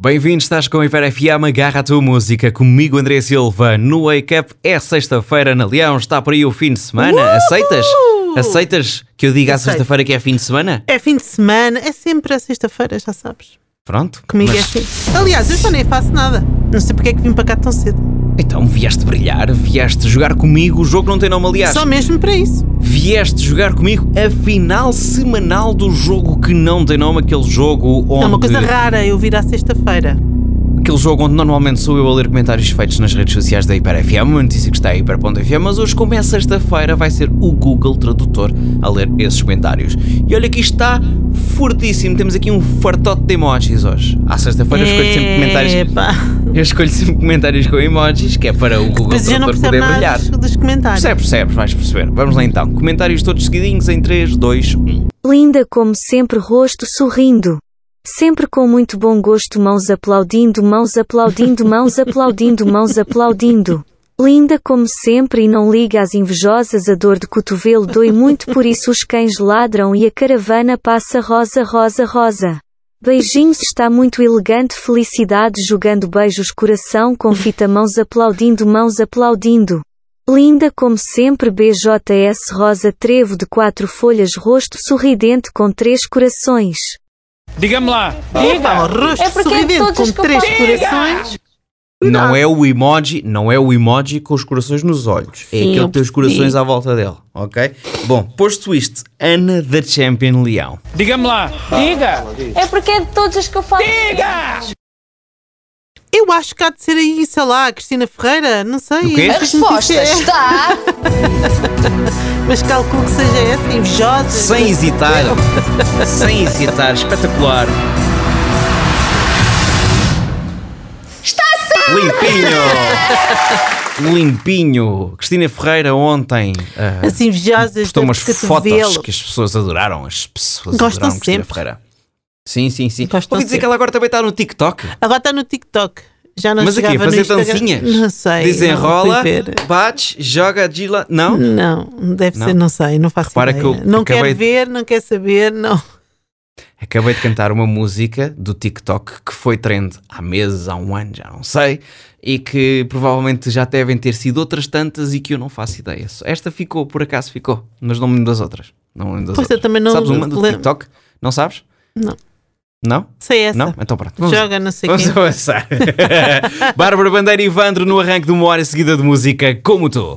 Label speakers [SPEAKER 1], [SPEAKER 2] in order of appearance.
[SPEAKER 1] Bem-vindo, estás com a Iver FM, agarra a tua música comigo, André Silva, no Wake Up. É sexta-feira na Leão, está por aí o fim de semana. Aceitas? Aceitas que eu diga à
[SPEAKER 2] Aceito.
[SPEAKER 1] sexta-feira que é fim de semana?
[SPEAKER 2] É fim de semana, é sempre a sexta-feira, já sabes.
[SPEAKER 1] Pronto.
[SPEAKER 2] Comigo
[SPEAKER 1] mas-
[SPEAKER 2] é assim. Aliás, eu já nem faço nada. Não sei porque é que vim para cá tão cedo.
[SPEAKER 1] Então vieste brilhar, vieste jogar comigo, o jogo não tem nome, aliás.
[SPEAKER 2] Só mesmo para isso.
[SPEAKER 1] Vieste jogar comigo a final semanal do jogo que não tem nome, aquele jogo onde.
[SPEAKER 2] É uma coisa rara eu vir à sexta-feira.
[SPEAKER 1] Aquele jogo onde normalmente sou eu a ler comentários feitos nas redes sociais da HiperFM, uma notícia que está em hiper.fm, mas hoje, como é sexta-feira, vai ser o Google Tradutor a ler esses comentários. E olha que isto está fortíssimo, temos aqui um fartote de emojis hoje. À sexta-feira eu escolho sempre comentários.
[SPEAKER 2] Epá.
[SPEAKER 1] Eu escolho sempre comentários com emojis, que é para o Google
[SPEAKER 2] Mas já não
[SPEAKER 1] Tradutor
[SPEAKER 2] percebo
[SPEAKER 1] poder
[SPEAKER 2] nada
[SPEAKER 1] brilhar.
[SPEAKER 2] dos, dos comentários.
[SPEAKER 1] Percebes, percebes, vais perceber. Vamos lá então. Comentários todos seguidinhos em 3, 2, 1.
[SPEAKER 3] Linda como sempre, rosto sorrindo. Sempre com muito bom gosto, mãos aplaudindo, mãos aplaudindo, mãos aplaudindo, mãos aplaudindo. Linda como sempre e não liga às invejosas, a dor de cotovelo dói muito, por isso os cães ladram e a caravana passa rosa, rosa, rosa. Beijinhos está muito elegante, felicidade jogando beijos, coração com fita, mãos aplaudindo, mãos aplaudindo. Linda como sempre BJS rosa trevo de quatro folhas rosto sorridente com três corações.
[SPEAKER 4] Diga-me lá.
[SPEAKER 2] Epá, o um rosto
[SPEAKER 5] É porque é
[SPEAKER 2] sorridente
[SPEAKER 5] todos os
[SPEAKER 2] com três
[SPEAKER 5] capazes-
[SPEAKER 2] corações.
[SPEAKER 1] Não é o emoji, não é o emoji com os corações nos olhos. É
[SPEAKER 2] Sim,
[SPEAKER 1] aquele
[SPEAKER 2] eu
[SPEAKER 1] que tem os corações à volta dele, ok? Bom, posto isto, Ana da Champion Leão.
[SPEAKER 4] Diga-me lá. Diga.
[SPEAKER 5] É porque é de todos os que eu faço.
[SPEAKER 2] Eu acho que há de ser aí, sei lá, a Cristina Ferreira, não sei.
[SPEAKER 1] Do quê?
[SPEAKER 5] A
[SPEAKER 2] Estas notícias-
[SPEAKER 5] resposta está.
[SPEAKER 2] Mas calculo que seja essa, invejosa.
[SPEAKER 1] Sem hesitar, sem hesitar, espetacular. Está certo! Limpinho! Limpinho! Cristina Ferreira ontem ah,
[SPEAKER 2] As invejosas
[SPEAKER 1] postou
[SPEAKER 2] do
[SPEAKER 1] umas fotos
[SPEAKER 2] cotovelo.
[SPEAKER 1] que as pessoas adoraram. As pessoas
[SPEAKER 2] Gostam
[SPEAKER 1] adoraram Cristina
[SPEAKER 2] sempre.
[SPEAKER 1] Ferreira. Sim, sim, sim.
[SPEAKER 2] Gostam
[SPEAKER 1] Ouvi dizer
[SPEAKER 2] sempre.
[SPEAKER 1] que ela agora também está no TikTok.
[SPEAKER 2] Agora está no TikTok. Já não
[SPEAKER 1] Mas aqui,
[SPEAKER 2] chegava no
[SPEAKER 1] fazer
[SPEAKER 2] Instagram.
[SPEAKER 1] dancinhas?
[SPEAKER 2] Não sei.
[SPEAKER 1] Desenrola,
[SPEAKER 2] não fui ver.
[SPEAKER 1] bate, joga de lá. Não?
[SPEAKER 2] Não, deve
[SPEAKER 1] Não?
[SPEAKER 2] ser, não sei, não faço
[SPEAKER 1] Repara
[SPEAKER 2] ideia.
[SPEAKER 1] que eu
[SPEAKER 2] não
[SPEAKER 1] acabei
[SPEAKER 2] quer
[SPEAKER 1] de-
[SPEAKER 2] ver, não quer saber, não.
[SPEAKER 1] Acabei de cantar uma música do TikTok que foi trend há meses, há um ano, já não sei, e que provavelmente já devem ter sido outras tantas e que eu não faço ideia. Esta ficou, por acaso ficou, mas não me lembro das outras. Não me lembro das
[SPEAKER 2] Pois, eu
[SPEAKER 1] outras.
[SPEAKER 2] também não
[SPEAKER 1] Sabes uma do
[SPEAKER 2] lembro.
[SPEAKER 1] TikTok? Não sabes?
[SPEAKER 2] Não.
[SPEAKER 1] Não?
[SPEAKER 2] Sei essa.
[SPEAKER 1] Não? Então pronto. vamos-
[SPEAKER 2] Joga, não sei
[SPEAKER 1] Vamos
[SPEAKER 2] quem.
[SPEAKER 1] avançar. Bárbara Bandeira e Ivandro no arranque de uma hora seguida de música como tu.